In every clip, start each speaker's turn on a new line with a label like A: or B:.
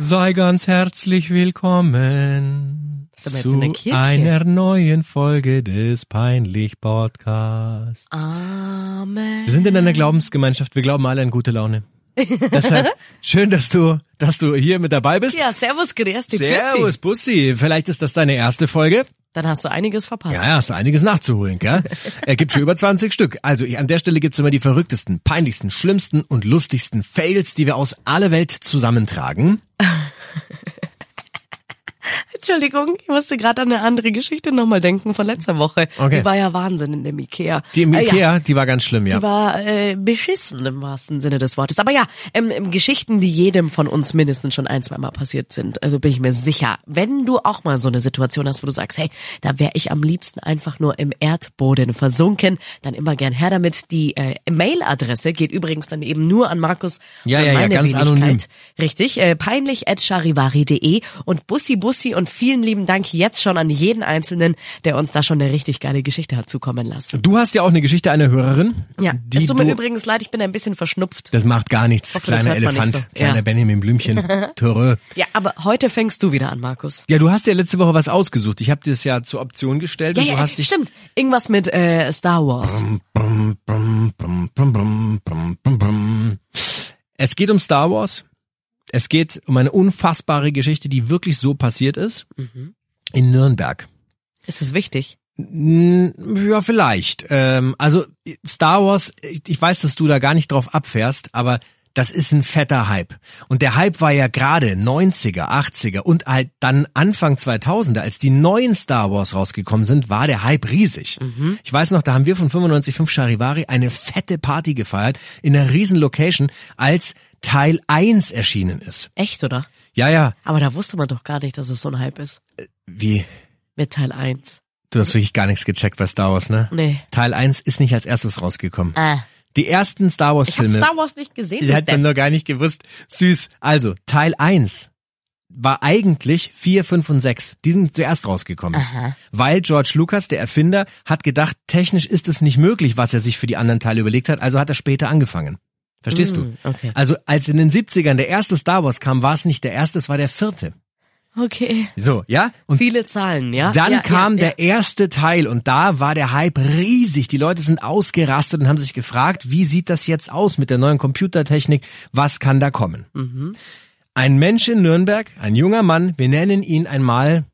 A: Sei ganz herzlich willkommen
B: Sind wir jetzt
A: zu
B: in der Kirche?
A: einer neuen Folge des Peinlich Podcasts.
B: Amen.
A: Wir sind in einer Glaubensgemeinschaft, wir glauben alle an gute Laune. Deshalb schön, dass du, dass du hier mit dabei bist.
B: Ja, servus, grüß dich. grüß
A: Servus,
B: dich.
A: Bussi. Vielleicht ist das deine erste Folge.
B: Dann hast du einiges verpasst.
A: Ja, ja, hast du einiges nachzuholen, gell? Er gibt schon über 20 Stück. Also ich, an der Stelle gibt's immer die verrücktesten, peinlichsten, schlimmsten und lustigsten Fails, die wir aus aller Welt zusammentragen.
B: Entschuldigung, ich musste gerade an eine andere Geschichte nochmal denken von letzter Woche.
A: Okay.
B: Die war ja Wahnsinn in dem Ikea.
A: Die im
B: Äh,
A: Ikea,
B: Ja.
A: die war ganz schlimm, ja.
B: Die war äh, beschissen im wahrsten Sinne des Wortes. Aber ja, ähm, ähm, Geschichten, die jedem von uns mindestens schon ein, zweimal passiert sind. Also bin ich mir sicher, wenn du auch mal so eine Situation hast, wo du sagst, hey, da wäre ich am liebsten einfach nur im Erdboden versunken, dann immer gern her damit. Die äh, Mailadresse geht übrigens dann eben nur an Markus
A: Ja,
B: und
A: ja, ja,
B: meine
A: ganz
B: Wenigkeit.
A: anonym.
B: Richtig, äh, peinlich at charivari.de und Bussi Bussi und vielen lieben Dank jetzt schon an jeden Einzelnen, der uns da schon eine richtig geile Geschichte hat zukommen lassen.
A: Du hast ja auch eine Geschichte einer Hörerin.
B: Ja,
A: die
B: es tut mir
A: du-
B: übrigens leid, ich bin ein bisschen verschnupft.
A: Das macht gar nichts.
B: Hoffe, das
A: kleiner
B: hört man
A: Elefant,
B: nicht so.
A: kleiner
B: Ja.
A: Benjamin Blümchen. Törö.
B: Ja, aber heute fängst du wieder an, Markus.
A: Ja, du hast ja letzte Woche was ausgesucht. Ich habe dir das ja zur Option gestellt
B: Ja,
A: und du
B: ja,
A: hast dich.
B: stimmt. Irgendwas mit äh, Star Wars.
A: Brum, brum, brum, brum, brum, brum, brum, brum. Es geht um Star Wars. Es geht um eine unfassbare Geschichte, die wirklich so passiert ist.
B: Mhm.
A: In Nürnberg.
B: Ist es wichtig?
A: Mm, Ja, vielleicht. Ähm, also Star Wars, ich ich weiß, dass du da gar nicht drauf abfährst, aber das ist ein fetter Hype. Und der Hype war ja gerade 90er, 80er und halt dann Anfang 2000er, als die neuen Star Wars rausgekommen sind, war der Hype riesig. Ich weiß noch, da haben wir von 95.5 Charivari eine fette Party gefeiert in einer riesen Location, als Teil 1 erschienen ist.
B: Echt, oder?
A: Ja, ja.
B: Aber da wusste man doch gar nicht, dass es so ein Hype ist.
A: Wie?
B: Mit Teil 1.
A: Du hast wirklich gar nichts gecheckt bei Star Wars, ne?
B: Nee.
A: Teil 1 ist nicht als erstes rausgekommen.
B: Äh.
A: Die ersten Star Wars
B: Ich hab
A: Filme.
B: Star Wars nicht gesehen.
A: Die hat man
B: Depp.
A: noch gar nicht gewusst. Süß. Also, Teil 1 war eigentlich 4, 5 und 6. Die sind zuerst rausgekommen. Weil George Lucas, der Erfinder, hat gedacht, technisch ist es nicht möglich, was er sich für die anderen Teile überlegt hat, also hat er später angefangen. Verstehst
B: Mm,
A: du?
B: okay.
A: Also, als in den 70ern der erste Star Wars kam, war es nicht der erste, es war der vierte.
B: okay.
A: So, ja? Und
B: Viele Zahlen, ja?
A: dann
B: ja,
A: kam
B: ja,
A: der erste Teil und da war der Hype riesig. Die Leute sind ausgerastet und haben sich gefragt, wie sieht das jetzt aus mit der neuen Computertechnik? Was kann da kommen?
B: Mhm.
A: Ein Mensch in Nürnberg, ein junger Mann, wir nennen ihn einmal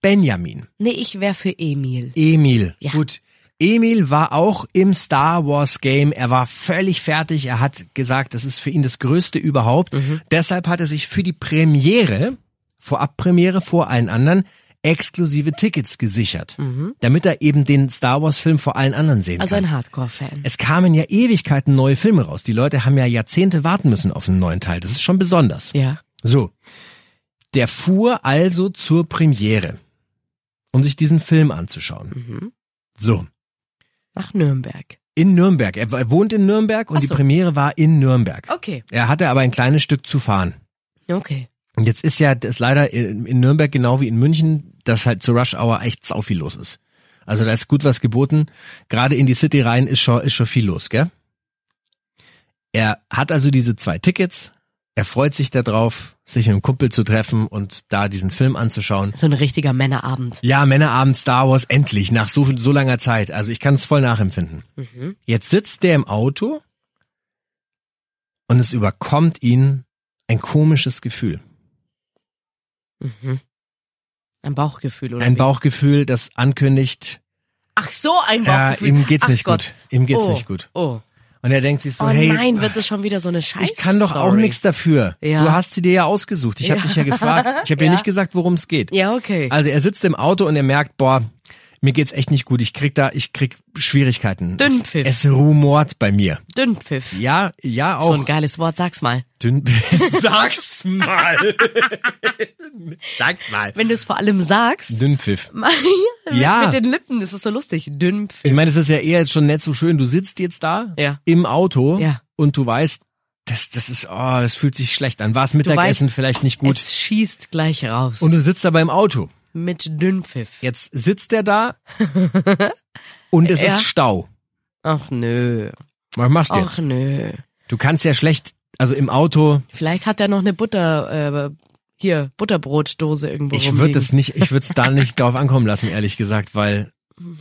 A: Benjamin.
B: Ja. Nee, ich wär für Emil.
A: Emil.
B: Ja.
A: Gut. Emil war auch im Star Wars Game. Er war völlig fertig. Er hat gesagt, das ist für ihn das Größte überhaupt.
B: Mhm.
A: Deshalb hat er sich für die Premiere, Vorabpremiere vor allen anderen, exklusive Tickets gesichert, damit er eben den Star Wars Film vor allen anderen sehen
B: Mhm. Also
A: kann.
B: ein Hardcore-Fan.
A: Es kamen ja Ewigkeiten neue Filme raus. Die Leute haben ja Jahrzehnte warten müssen auf einen neuen Teil. Das ist schon besonders.
B: Ja.
A: So. Der fuhr also zur Premiere, um sich diesen Film anzuschauen.
B: Mhm.
A: So.
B: Nach Nürnberg.
A: In Nürnberg. Er er wohnt in Nürnberg und
B: Ach so.
A: die Premiere war in Nürnberg.
B: Okay.
A: Er hatte aber ein kleines Stück zu fahren.
B: Okay.
A: Und jetzt ist ja das leider in in Nürnberg genau wie in München, dass halt zur Rush Hour echt sau viel los ist. Also da ist gut was geboten. Gerade in die City rein ist schon, ist schon viel los, gell? Er hat also diese zwei Tickets. Er freut sich darauf, sich mit einem Kumpel zu treffen und da diesen Film anzuschauen.
B: So ein richtiger Männerabend.
A: Ja, Männerabend Star Wars, endlich, nach so, so langer Zeit. Also ich kann es voll nachempfinden.
B: Mhm.
A: Jetzt sitzt der im Auto und es überkommt ihn ein komisches Gefühl.
B: Mhm. Ein Bauchgefühl, oder?
A: Ein
B: wie?
A: Bauchgefühl, das ankündigt,
B: Ach so, ein
A: ja,
B: Bauchgefühl.
A: ihm geht's
B: Ach
A: nicht
B: Gott.
A: gut. Ihm geht's
B: oh,
A: nicht gut.
B: Oh.
A: Und er denkt sich so,
B: oh
A: hey, äh,
B: nein, wird das schon wieder so eine Scheiße.
A: ich kann doch auch nichts dafür.
B: Ja.
A: Du hast sie dir ja ausgesucht. Ich hab
B: Ja.
A: habe dich ja gefragt. Ich habe dir
B: Ja.
A: nicht gesagt, worum es geht.
B: Ja, okay.
A: Also er sitzt im Auto und er merkt, boah, mir geht's echt nicht gut. Ich krieg da, ich krieg Schwierigkeiten.
B: Dünnpfiff.
A: Es, es rumort bei mir.
B: Dünnpfiff.
A: Ja, ja auch.
B: So ein geiles Wort, sag's mal.
A: Dünn. Sag's mal. Sag's mal.
B: Wenn du es vor allem sagst,
A: Dünnpfiff. Ja.
B: ja. mit den Lippen, das ist so lustig. Dünnpfiff.
A: Ich meine, es ist ja eher jetzt schon nicht so schön. Du sitzt jetzt da
B: Ja.
A: im Auto
B: Ja.
A: und du weißt, das, das ist, oh, das fühlt sich schlecht an. War es Mittagessen
B: weißt,
A: vielleicht nicht gut.
B: Es schießt gleich raus.
A: Und du sitzt aber im Auto.
B: mit Dünnpfiff.
A: Jetzt sitzt der da und es
B: Ja. Oh.
A: ist Stau.
B: Ach nö.
A: Was machst du
B: Ach
A: jetzt?
B: nö.
A: Du kannst ja schlecht, also im Auto,
B: Vielleicht hat er noch eine Butter, äh, hier, Butterbrotdose irgendwo
A: ich
B: rumliegen.
A: würde es nicht, ich würde es da nicht drauf ankommen lassen, ehrlich gesagt, weil,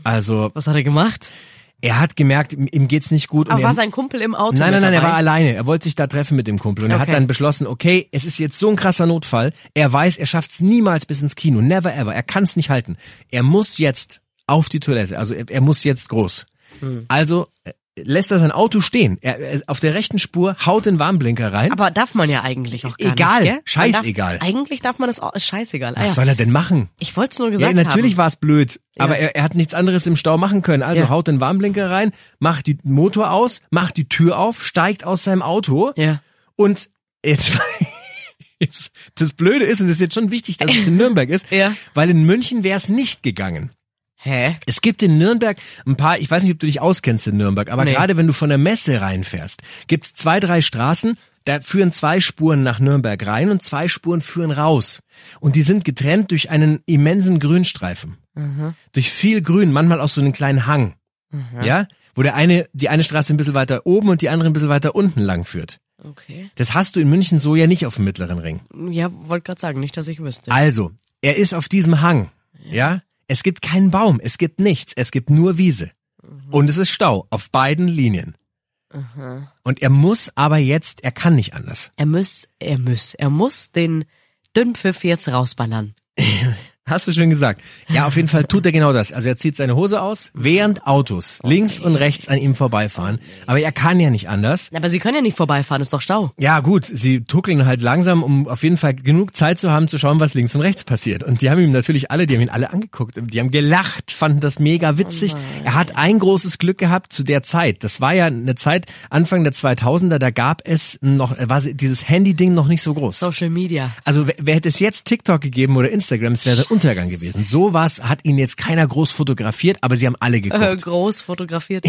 A: also,
B: Was hat er gemacht?
A: er hat gemerkt, ihm- ihm geht's nicht gut.
B: Aber
A: und
B: war
A: er,
B: sein Kumpel im Auto
A: Nein, nein,
B: mit
A: nein, er
B: dabei?
A: war alleine. Er wollte sich da treffen mit dem Kumpel und er hat
B: Okay.
A: dann beschlossen, okay, es ist jetzt so ein krasser Notfall. Er weiß, er schafft's niemals bis ins Kino. Never ever. Er kann's nicht halten. Er muss jetzt auf die Toilette. Also er, er muss jetzt groß.
B: Hm.
A: Also äh, lässt er sein Auto stehen. Er, er auf der rechten Spur haut den Warnblinker rein.
B: Aber darf man ja eigentlich auch gar
A: Egal,
B: nicht, gell? Man
A: scheißegal.
B: Darf, eigentlich darf man das auch, scheißegal. Ah,
A: Was
B: ja.
A: soll er denn machen?
B: Ich wollte es nur
A: Ja,
B: gesagt
A: natürlich
B: haben.
A: war's blöd, aber er, er hat nichts anderes im Stau machen können. Also
B: Ja.
A: haut den Warnblinker rein, macht die Motor aus, macht die Tür auf, steigt aus seinem Auto.
B: Ja.
A: Und jetzt, jetzt, das Blöde ist, und es ist jetzt schon wichtig, dass es in Nürnberg ist,
B: Ja.
A: weil in München wäre es nicht gegangen.
B: Hä?
A: Es gibt in Nürnberg ein paar, ich weiß nicht, ob du dich auskennst in Nürnberg, aber
B: Nee.
A: gerade wenn du von der Messe reinfährst, gibt's zwei, drei Straßen, da führen zwei Spuren nach Nürnberg rein und zwei Spuren führen raus. Und die sind getrennt durch einen immensen Grünstreifen.
B: Mhm.
A: Durch viel Grün, manchmal auch so einen kleinen Hang. Ja? Wo der eine, die eine Straße ein bisschen weiter oben und die andere ein bisschen weiter unten lang führt.
B: Okay.
A: Das hast du in München so ja nicht auf dem mittleren Ring.
B: Ja, wollte gerade sagen, nicht, dass ich wüsste.
A: Also, er ist auf diesem Hang. Ja? Es gibt keinen Baum, es gibt nichts, es gibt nur Wiese. Und es ist Stau auf beiden Linien. Und er muss aber jetzt, er kann nicht anders.
B: Er muss, er muss, er muss den Dünnpfiff jetzt rausballern.
A: Hast du schön gesagt. Ja, auf jeden Fall tut er genau das. Also er zieht seine Hose aus, während Autos links und rechts an ihm vorbeifahren. Aber er kann ja nicht anders.
B: Aber sie können ja nicht vorbeifahren, ist doch Stau.
A: Ja gut, sie tuckeln halt langsam, um auf jeden Fall genug Zeit zu haben, zu schauen, was links und rechts passiert. Und die haben ihm natürlich alle, die haben ihn alle angeguckt, und die haben gelacht, fanden das mega witzig.
B: Oh
A: er hat ein großes Glück gehabt zu der Zeit. Das war ja eine Zeit Anfang der 2000er, da gab es noch, war dieses Handy-Ding noch nicht so groß.
B: Social Media.
A: Also wer, wer hätte es jetzt TikTok gegeben oder Instagram, es wäre sein Untergang gewesen. So was hat ihn jetzt keiner groß fotografiert, aber sie haben alle geguckt.
B: Äh, groß fotografiert.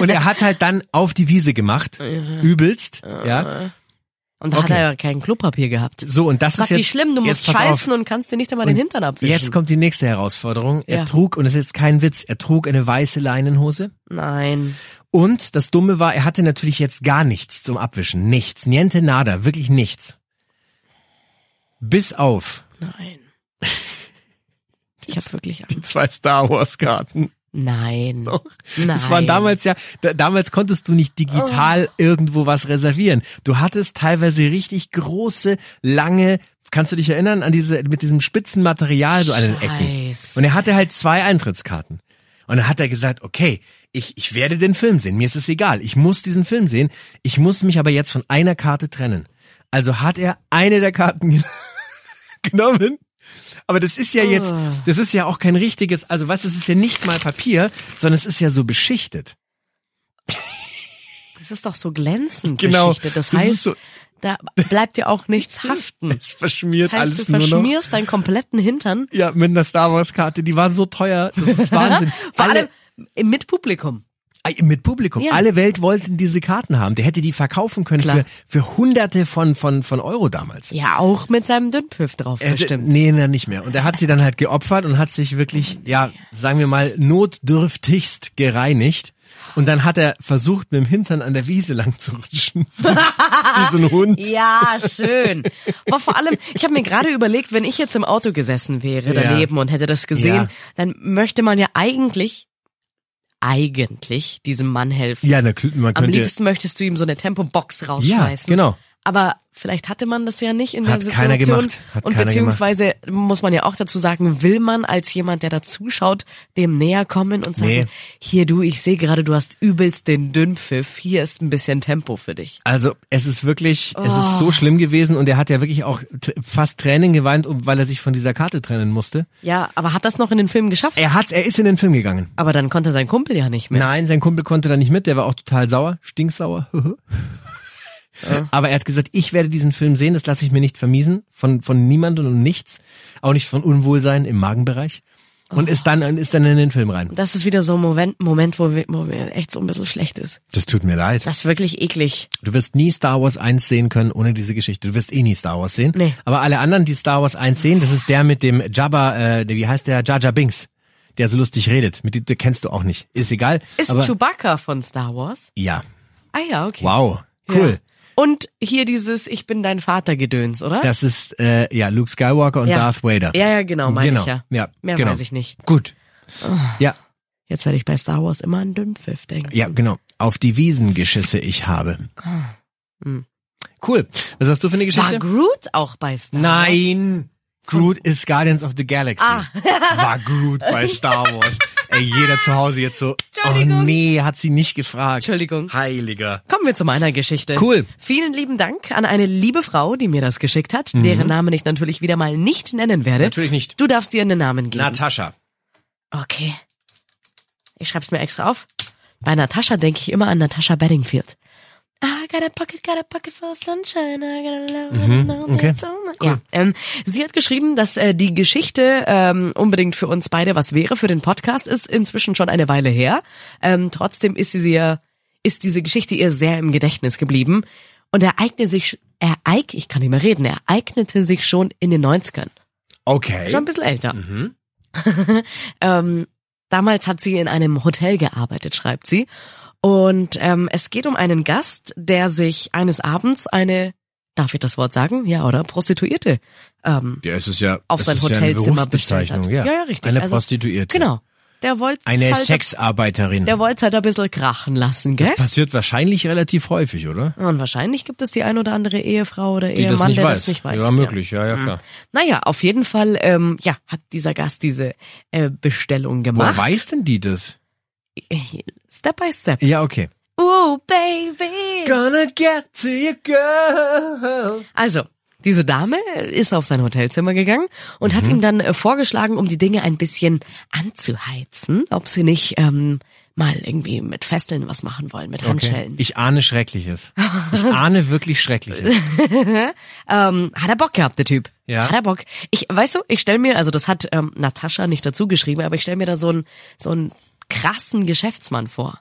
A: Und er hat halt dann auf die Wiese gemacht, übelst, ja.
B: Und da hat
A: Okay.
B: er ja kein Klopapier gehabt.
A: So und das
B: Frag
A: ist jetzt
B: wie schlimm, du
A: jetzt
B: musst
A: pass auf.
B: scheißen und kannst dir nicht einmal den Hintern abwischen.
A: Jetzt kommt die nächste Herausforderung. Er
B: Ja.
A: trug, und das ist jetzt kein Witz, er trug eine weiße Leinenhose.
B: Nein.
A: Und das Dumme war, er hatte natürlich jetzt gar nichts zum Abwischen. Nichts. Niente nada. Wirklich nichts. Bis auf
B: Nein. Ich habe wirklich Angst.
A: die zwei Star Wars Karten.
B: Nein. Nein. Oh.
A: Das waren damals ja, da, damals konntest du nicht digital irgendwo was reservieren. Du hattest teilweise richtig große, lange, kannst du dich erinnern an diese, mit diesem spitzen Material so an den Ecken.
B: Scheiße.
A: Und er hatte halt zwei Eintrittskarten. Und dann hat er gesagt, okay, ich, ich werde den Film sehen. Mir ist es egal. Ich muss diesen Film sehen. Ich muss mich aber jetzt von einer Karte trennen. Also hat er eine der Karten genommen. Aber das ist ja jetzt,
B: Ah.
A: das ist ja auch kein richtiges, also was, es ist ja nicht mal Papier, sondern es ist ja so beschichtet.
B: Das ist doch so glänzend
A: Genau.
B: beschichtet. Das,
A: Das ist
B: heißt,
A: so-
B: da bleibt dir auch nichts haften.
A: Es
B: Das
A: verschmiert
B: heißt,
A: alles
B: du
A: nur noch.
B: verschmierst deinen kompletten Hintern.
A: Ja, mit einer Star Wars Karte, die waren so teuer, das ist Wahnsinn.
B: Vor
A: Alle-
B: allem im- mit Publikum.
A: Ei, mit Publikum.
B: Ja.
A: Alle Welt wollten diese Karten haben. Der hätte die verkaufen können
B: Klar.
A: für, für hunderte von, von, von Euro damals.
B: Ja, auch mit seinem Dünnpfiff drauf,
A: Er-
B: bestimmt.
A: Nee, na, nicht mehr. Und er hat sie dann halt geopfert und hat sich wirklich, ja, sagen wir mal, notdürftigst gereinigt. Und dann hat er versucht, mit dem Hintern an der Wiese lang zu rutschen. Wie so ein Hund.
B: Ja, schön. Aber vor allem, ich habe mir gerade überlegt, wenn ich jetzt im Auto gesessen wäre
A: Ja.
B: daneben und hätte das gesehen,
A: Ja.
B: dann möchte man ja eigentlich, eigentlich diesem Mann helfen.
A: Ja, na, kl- man
B: Am
A: könnte.
B: liebsten möchtest du ihm so eine Tempobox rausschmeißen.
A: Ja, genau.
B: Aber vielleicht hatte man das ja nicht in
A: Hat
B: der
A: keiner
B: Situation.
A: gemacht. Hat
B: und
A: keiner
B: beziehungsweise muss man ja auch dazu sagen, will man als jemand, der da zuschaut, dem näher kommen und sagen,
A: Nee.
B: hier du, ich sehe gerade, du hast übelst den Dünnpfiff, hier ist ein bisschen Tempo für dich.
A: Also es ist wirklich, es ist
B: Oh.
A: so schlimm gewesen und er hat ja wirklich auch t- fast Tränen geweint, um- weil er sich von dieser Karte trennen musste.
B: Ja, aber hat das noch in den Film geschafft?
A: Er hat's, er ist in den Film gegangen.
B: aber dann konnte sein Kumpel ja nicht mehr.
A: Nein, sein Kumpel konnte da nicht mit, der war auch total sauer, stinksauer. Aber er hat gesagt, ich werde diesen Film sehen, das lasse ich mir nicht vermiesen, von, von niemandem und nichts, auch nicht von Unwohlsein im Magenbereich. Und ist dann ist dann in den Film rein.
B: Das ist wieder so ein Moment, Moment wo, wir, wo mir echt so ein bisschen schlecht ist.
A: Das tut mir leid.
B: Das ist wirklich eklig.
A: Du wirst nie Star Wars 1 sehen können ohne diese Geschichte. Du wirst eh nie Star Wars sehen.
B: Nee.
A: Aber alle anderen, die Star Wars 1 sehen, das ist der mit dem Jabba, äh, der- wie heißt der? Jaja Binks, der so lustig redet. Mit dem den kennst du auch nicht. Ist egal.
B: Ist
A: aber,
B: Chewbacca von Star Wars?
A: Ja.
B: Ah ja, okay.
A: Wow. Cool.
B: Ja. Und hier dieses Ich bin dein Vater Gedöns, oder?
A: Das ist äh, ja Luke Skywalker und
B: Ja.
A: Darth Vader.
B: ja, ja, genau, meine
A: genau.
B: ich ja.
A: ja
B: Mehr
A: genau.
B: weiß ich nicht. Oh.
A: Gut. Ja,
B: Jetzt werde ich bei Star Wars immer an Dünnpfiff denken.
A: ja, genau. Auf die Wiesen geschisse ich habe. Cool. Was hast du für eine
B: Hm. War
A: Geschichte?
B: Groot auch bei Star Wars?
A: Nein. Groot ist Guardians of the Galaxy.
B: Ah.
A: War Groot bei Star Wars. Ey, jeder zu Hause jetzt so. Oh
B: Entschuldigung.
A: nee, hat sie nicht gefragt.
B: Entschuldigung.
A: Heiliger.
B: Kommen wir zu meiner Geschichte.
A: Cool.
B: Vielen lieben Dank an eine liebe Frau, die mir das geschickt hat, deren Namen ich natürlich wieder mal nicht nennen werde.
A: Mhm. Natürlich nicht.
B: Äh? Du darfst dir einen Namen geben.
A: Natascha.
B: Okay. Ich schreib's mir extra auf. Bei Natascha denke ich immer an Natascha Bedingfield. I got a pocket, got a pocket full of sunshine. I got a love and I know
A: okay.
B: that's all my- Ja, ähm, sie hat geschrieben, dass äh, die Geschichte ähm, unbedingt für uns beide was wäre. Für den Podcast ist inzwischen schon eine Weile her. Ähm, trotzdem ist sie sehr, ist diese Geschichte ihr sehr im Gedächtnis geblieben und ereignete sich, ereig, ich kann nicht mehr reden, ereignete sich schon in den 90ern.
A: Okay.
B: Schon ein bisschen älter.
A: Mhm.
B: ähm, damals hat sie in einem Hotel gearbeitet, schreibt sie. Und ähm, es geht um einen Gast, der sich eines Abends eine, darf ich das Wort sagen? Ja, oder? Prostituierte. Ähm,
A: Ja, es ist ja
B: Auf
A: es
B: sein
A: ist ja eine
B: Hotelzimmer bestellt
A: Berufsbezeichnung,
B: hat.
A: Ja.
B: Ja, ja, richtig.
A: Eine
B: Also-
A: Prostituierte.
B: genau. Der wollte
A: Eine
B: halt,
A: Sexarbeiterin.
B: der wollte halt ein bisschen krachen lassen, gell?
A: Passiert wahrscheinlich relativ häufig, oder?
B: Und wahrscheinlich gibt es die ein oder andere Ehefrau oder
A: Die das
B: Ehemann,
A: nicht
B: der
A: weiß.
B: das nicht weiß.
A: Ja, möglich, ja, ja,
B: Mhm.
A: klar.
B: Naja, auf jeden Fall ähm, ja, hat dieser Gast diese äh, Bestellung
A: Woher
B: gemacht.
A: weiß denn die das?
B: Step by step.
A: Ja, okay.
B: Oh, baby.
A: Gonna get to your girl.
B: Also, diese Dame ist auf sein Hotelzimmer gegangen und
A: Mhm.
B: hat ihm dann äh, vorgeschlagen, um die Dinge ein bisschen anzuheizen, ob sie nicht ähm, mal irgendwie mit Fesseln was machen wollen, mit Handschellen.
A: Ich ahne Schreckliches. Ich ahne wirklich Schreckliches.
B: Ähm, hat er Bock gehabt, der Typ.
A: Ja.
B: Hat er Bock. Ich, weißt du, ich stelle mir, also das hat ähm, Natascha nicht dazu geschrieben, aber ich stelle mir da so einen, so einen krassen Geschäftsmann vor.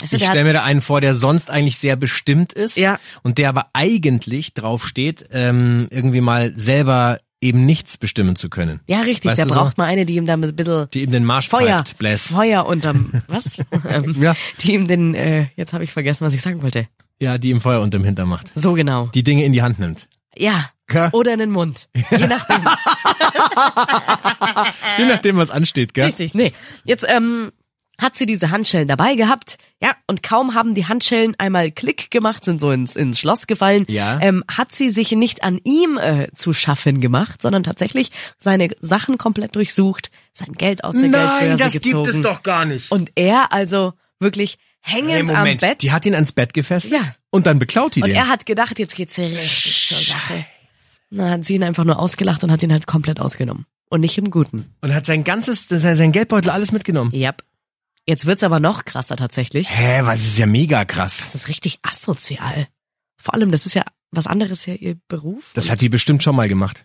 B: Weißt du,
A: Ich
B: der hat-
A: stelle mir da einen vor, der sonst eigentlich sehr bestimmt ist
B: Ja.
A: und der aber eigentlich drauf steht, ähm, irgendwie mal selber eben nichts bestimmen zu können.
B: ja, richtig,
A: Weißt
B: der
A: du so?
B: braucht mal eine, die ihm da ein bisschen
A: Die eben den Marsch
B: Feuer,
A: pfeift, bläst.
B: Feuer unterm, was? Ähm,
A: Ja.
B: Die ihm den, äh, jetzt habe ich vergessen, was ich sagen wollte.
A: Ja, die ihm Feuer unterm Hinter macht.
B: So genau.
A: Die Dinge in die Hand nimmt.
B: Ja.
A: Ja.
B: Oder in den Mund. Je nachdem. Äh.
A: Je nachdem, was ansteht, gell?
B: Richtig, nee. Jetzt, ähm, hat sie diese Handschellen dabei gehabt, ja, und kaum haben die Handschellen einmal Klick gemacht, sind so ins, ins Schloss gefallen,
A: Ja.
B: ähm, hat sie sich nicht an ihm äh, zu schaffen gemacht, sondern tatsächlich seine Sachen komplett durchsucht, sein Geld aus der Geldbörse gezogen.
A: gar nicht.
B: Und er also wirklich hängend am Bett.
A: Die hat ihn ans Bett gefesselt
B: Ja.
A: und dann beklaut die
B: Und
A: den.
B: er hat gedacht, jetzt geht's hier richtig zur Sache. Na, hat sie ihn einfach nur ausgelacht und hat ihn halt komplett ausgenommen. Und nicht im Guten.
A: und hat sein ganzes, sein sein Geldbeutel alles mitgenommen.
B: Yep. Jetzt wird's aber noch krasser tatsächlich.
A: Hä, was ist ja mega krass.
B: Das ist richtig asozial. Vor allem, das ist ja was anderes ja ihr Beruf.
A: Das hat die bestimmt schon mal gemacht.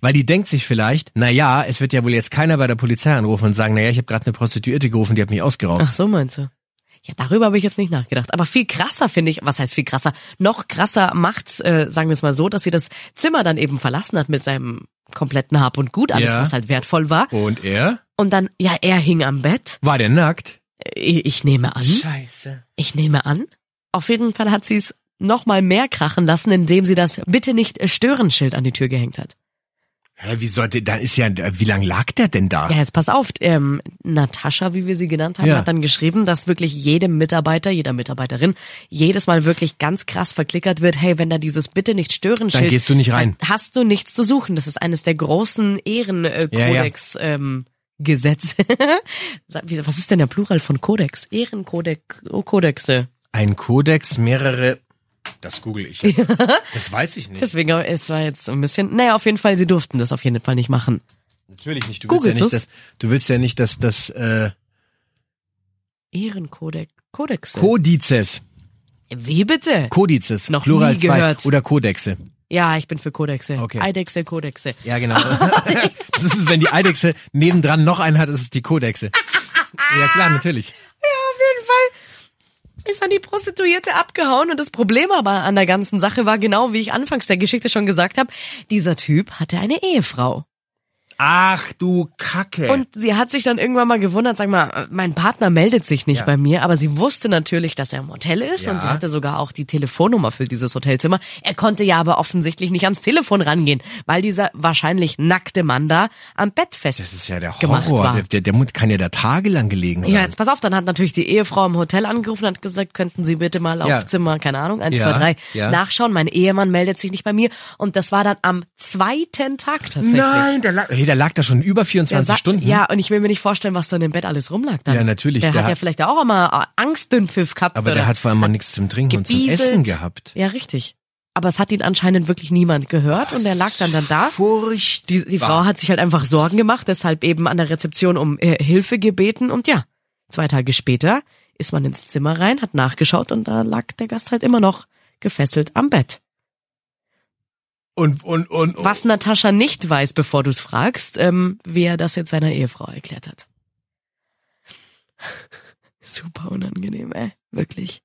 A: Weil die denkt sich vielleicht, na ja, es wird ja wohl jetzt keiner bei der Polizei anrufen und sagen, na ja, ich habe gerade eine Prostituierte gerufen, die hat mich ausgeraubt.
B: Ach so meinst du? Ja, darüber habe ich jetzt nicht nachgedacht. Aber viel krasser finde ich, was heißt viel krasser? Noch krasser macht's, äh, sagen wir es mal so, dass sie das Zimmer dann eben verlassen hat mit seinem kompletten Hab und Gut, alles
A: Ja.
B: was halt wertvoll war.
A: Und er?
B: Und dann, ja, er hing am Bett.
A: War der nackt? Hm?
B: Ich, ich nehme an.
A: Scheiße.
B: Ich nehme an. Auf jeden Fall hat sie es noch mal mehr krachen lassen, indem sie das Bitte nicht stören Schild an die Tür gehängt hat.
A: Hä, wie sollte, da ist ja, wie lang lag der denn da?
B: Ja, jetzt pass auf. Ähm, Natascha, wie wir sie genannt haben,
A: Ah. Ja.
B: hat dann geschrieben, dass wirklich jedem Mitarbeiter, jeder Mitarbeiterin jedes Mal wirklich ganz krass verklickert wird, hey, wenn da dieses Bitte nicht stören Schild,
A: Dann gehst du nicht rein.
B: dann hast du nichts zu suchen. Das ist eines der großen
A: Ja, ja.
B: Ehrenkodex ähm, Gesetze. Sag, wie- Was ist denn der Plural von Kodex? Ehrenkodex, oh, Kodexe.
A: Ein Kodex, mehrere. Das google ich jetzt. das weiß ich nicht.
B: Deswegen, aber es war jetzt so ein bisschen, naja, auf jeden Fall, sie durften das auf jeden Fall nicht machen.
A: Natürlich nicht. Du willst
B: Googelst
A: ja nicht,
B: du's?
A: dass, du willst ja nicht, dass das äh,
B: Ehrenkodex, Kodexe.
A: Kodizes,
B: wie bitte?
A: Kodizes,
B: Noch
A: Plural
B: nie
A: zwei
B: gehört.
A: oder Kodexe.
B: ja, ich bin für Kodexe.
A: Okay.
B: Eidechse, Kodexe.
A: Ja, genau. das ist, es, wenn die Eidechse nebendran noch einen hat, ist es die Kodexe. ja, klar, natürlich.
B: ist an die Prostituierte abgehauen und das Problem aber an der ganzen Sache war genau, wie ich anfangs der Geschichte schon gesagt habe, dieser Typ hatte eine Ehefrau.
A: Ach du Kacke.
B: Und sie hat sich dann irgendwann mal gewundert, sag mal, äh, mein Partner meldet sich nicht
A: Ja.
B: bei mir, aber sie wusste natürlich, dass er im Hotel ist
A: Ja.
B: und sie hatte sogar auch die Telefonnummer für dieses Hotelzimmer. Er konnte ja aber offensichtlich nicht ans Telefon rangehen, weil dieser wahrscheinlich nackte Mann da am Bett fest
A: das ist ja der
B: gemacht
A: Horror.
B: war.
A: Der, der, der Mund kann ja da tagelang gelegen sein.
B: Ja, jetzt pass auf, dann hat natürlich die Ehefrau im Hotel angerufen und hat gesagt, könnten Sie bitte mal auf
A: Ja.
B: Zimmer, keine Ahnung, eins,
A: Ja,
B: zwei, drei
A: ja.
B: nachschauen. Mein Ehemann meldet sich nicht bei mir. Und das war dann am zweiten Tag tatsächlich.
A: Nein, der lag, hey, der lag da schon über
B: Der
A: 24
B: sa-
A: Stunden.
B: Ja, und ich will mir nicht vorstellen, was dann im Bett alles rumlag dann.
A: Ja, natürlich,
B: Der,
A: der
B: hat ja
A: hat-
B: vielleicht auch immer äh, Angstdünnpfiff gehabt.
A: Aber der
B: oder
A: hat vor allem mal nichts zum Trinken und zum
B: gebieselt.
A: Essen gehabt.
B: Ja, richtig. Aber es hat ihn anscheinend wirklich niemand gehört und er lag dann dann da.
A: Furcht.
B: Die, die Frau hat sich halt einfach Sorgen gemacht, deshalb eben an der Rezeption um äh, Hilfe gebeten und ja, zwei Tage später ist man ins Zimmer rein, hat nachgeschaut und da lag der Gast halt immer noch gefesselt am Bett.
A: Und, und, und, und.
B: Was Natascha nicht weiß, bevor du es fragst, ähm, wie er das jetzt seiner Ehefrau erklärt hat. Super unangenehm, ey. Wirklich.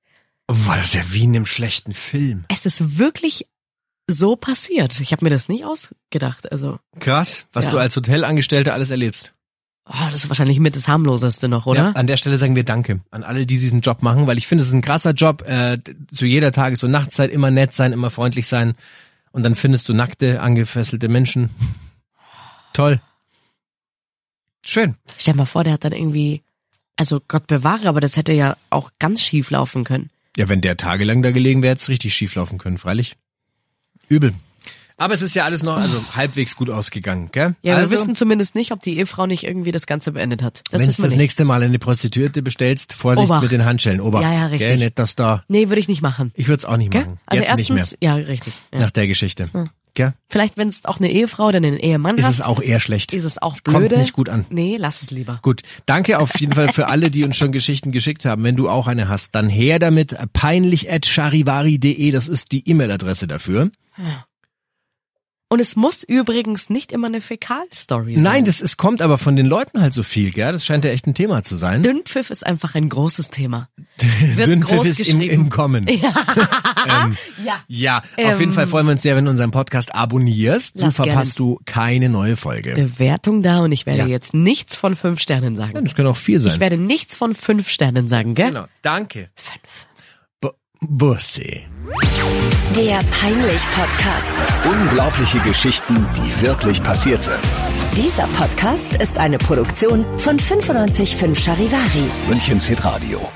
A: Oh, War das ja wie in einem schlechten Film.
B: Es ist wirklich so passiert. Ich habe mir das nicht ausgedacht. Also,
A: Krass, was
B: Ja.
A: du als Hotelangestellter alles erlebst.
B: oh, das ist wahrscheinlich mit das harmloseste noch, oder?
A: Ja, an der Stelle sagen wir Danke an alle, die diesen Job machen, weil ich finde, es ist ein krasser Job. Äh, d- zu jeder Tages- und Nachtzeit immer nett sein, immer freundlich sein. Und dann findest du nackte, angefesselte Menschen. Toll. Schön.
B: Stell dir mal vor, der hat dann irgendwie, also Gott bewahre, aber das hätte ja auch ganz schief laufen können.
A: Ja, wenn der tagelang da gelegen wäre, hätte es richtig schief laufen können, freilich. Übel. Aber es ist ja alles noch, also halbwegs gut ausgegangen, gell?
B: Ja,
A: also,
B: wir wissen zumindest nicht, ob die Ehefrau nicht irgendwie das Ganze beendet hat. Das
A: wenn du
B: wissen wir
A: das
B: nicht.
A: nächste Mal eine Prostituierte bestellst, Vorsicht
B: Obacht.
A: mit den Handschellen. Obacht.
B: Ja, ja, richtig.
A: Gell, nicht, dass da,
B: Nee, würde ich nicht machen.
A: ich würde es auch nicht
B: Gell?
A: machen.
B: Also
A: Jetzt
B: erstens,
A: nicht
B: ja, richtig.
A: mehr.
B: Ja.
A: Nach der Geschichte. Gell?
B: Vielleicht, wenn es auch eine Ehefrau oder einen Ehemann
A: Ist
B: hast,
A: es auch eher schlecht.
B: ist es auch
A: Kommt
B: blöde.
A: nicht gut an.
B: Nee, lass es lieber.
A: Gut, danke auf jeden Fall für alle, die uns schon Geschichten geschickt haben. Wenn du auch eine hast, dann her damit. Peinlich at charivari.de, das ist die E-Mail-Adresse dafür.
B: Und es muss übrigens nicht immer eine Fäkal-Story sein.
A: Nein, das ist, kommt aber von den Leuten halt so viel, gell? Das scheint ja echt ein Thema zu sein.
B: Dünnpfiff ist einfach ein großes Thema. Wird
A: Dünnpfiff
B: groß
A: ist im,
B: geschrieben.
A: im Kommen. Ja,
B: ja.
A: ja auf
B: Ähm.
A: jeden Fall freuen wir uns sehr, wenn du unseren Podcast abonnierst. So
B: Lass gerne.
A: verpasst du keine neue Folge.
B: Bewertung da und ich werde
A: Ja.
B: jetzt nichts von fünf Sternen
A: Ja,
B: sagen.
A: das können auch vier sein.
B: Ich werde nichts von fünf Sternen sagen, gell?
A: genau, danke. Fünf. B Bussi.
C: Der Peinlich-Podcast.
D: Unglaubliche Geschichten, die wirklich passiert sind.
C: Dieser Podcast ist eine Produktion von 955 Charivari.
D: Münchens Hitradio.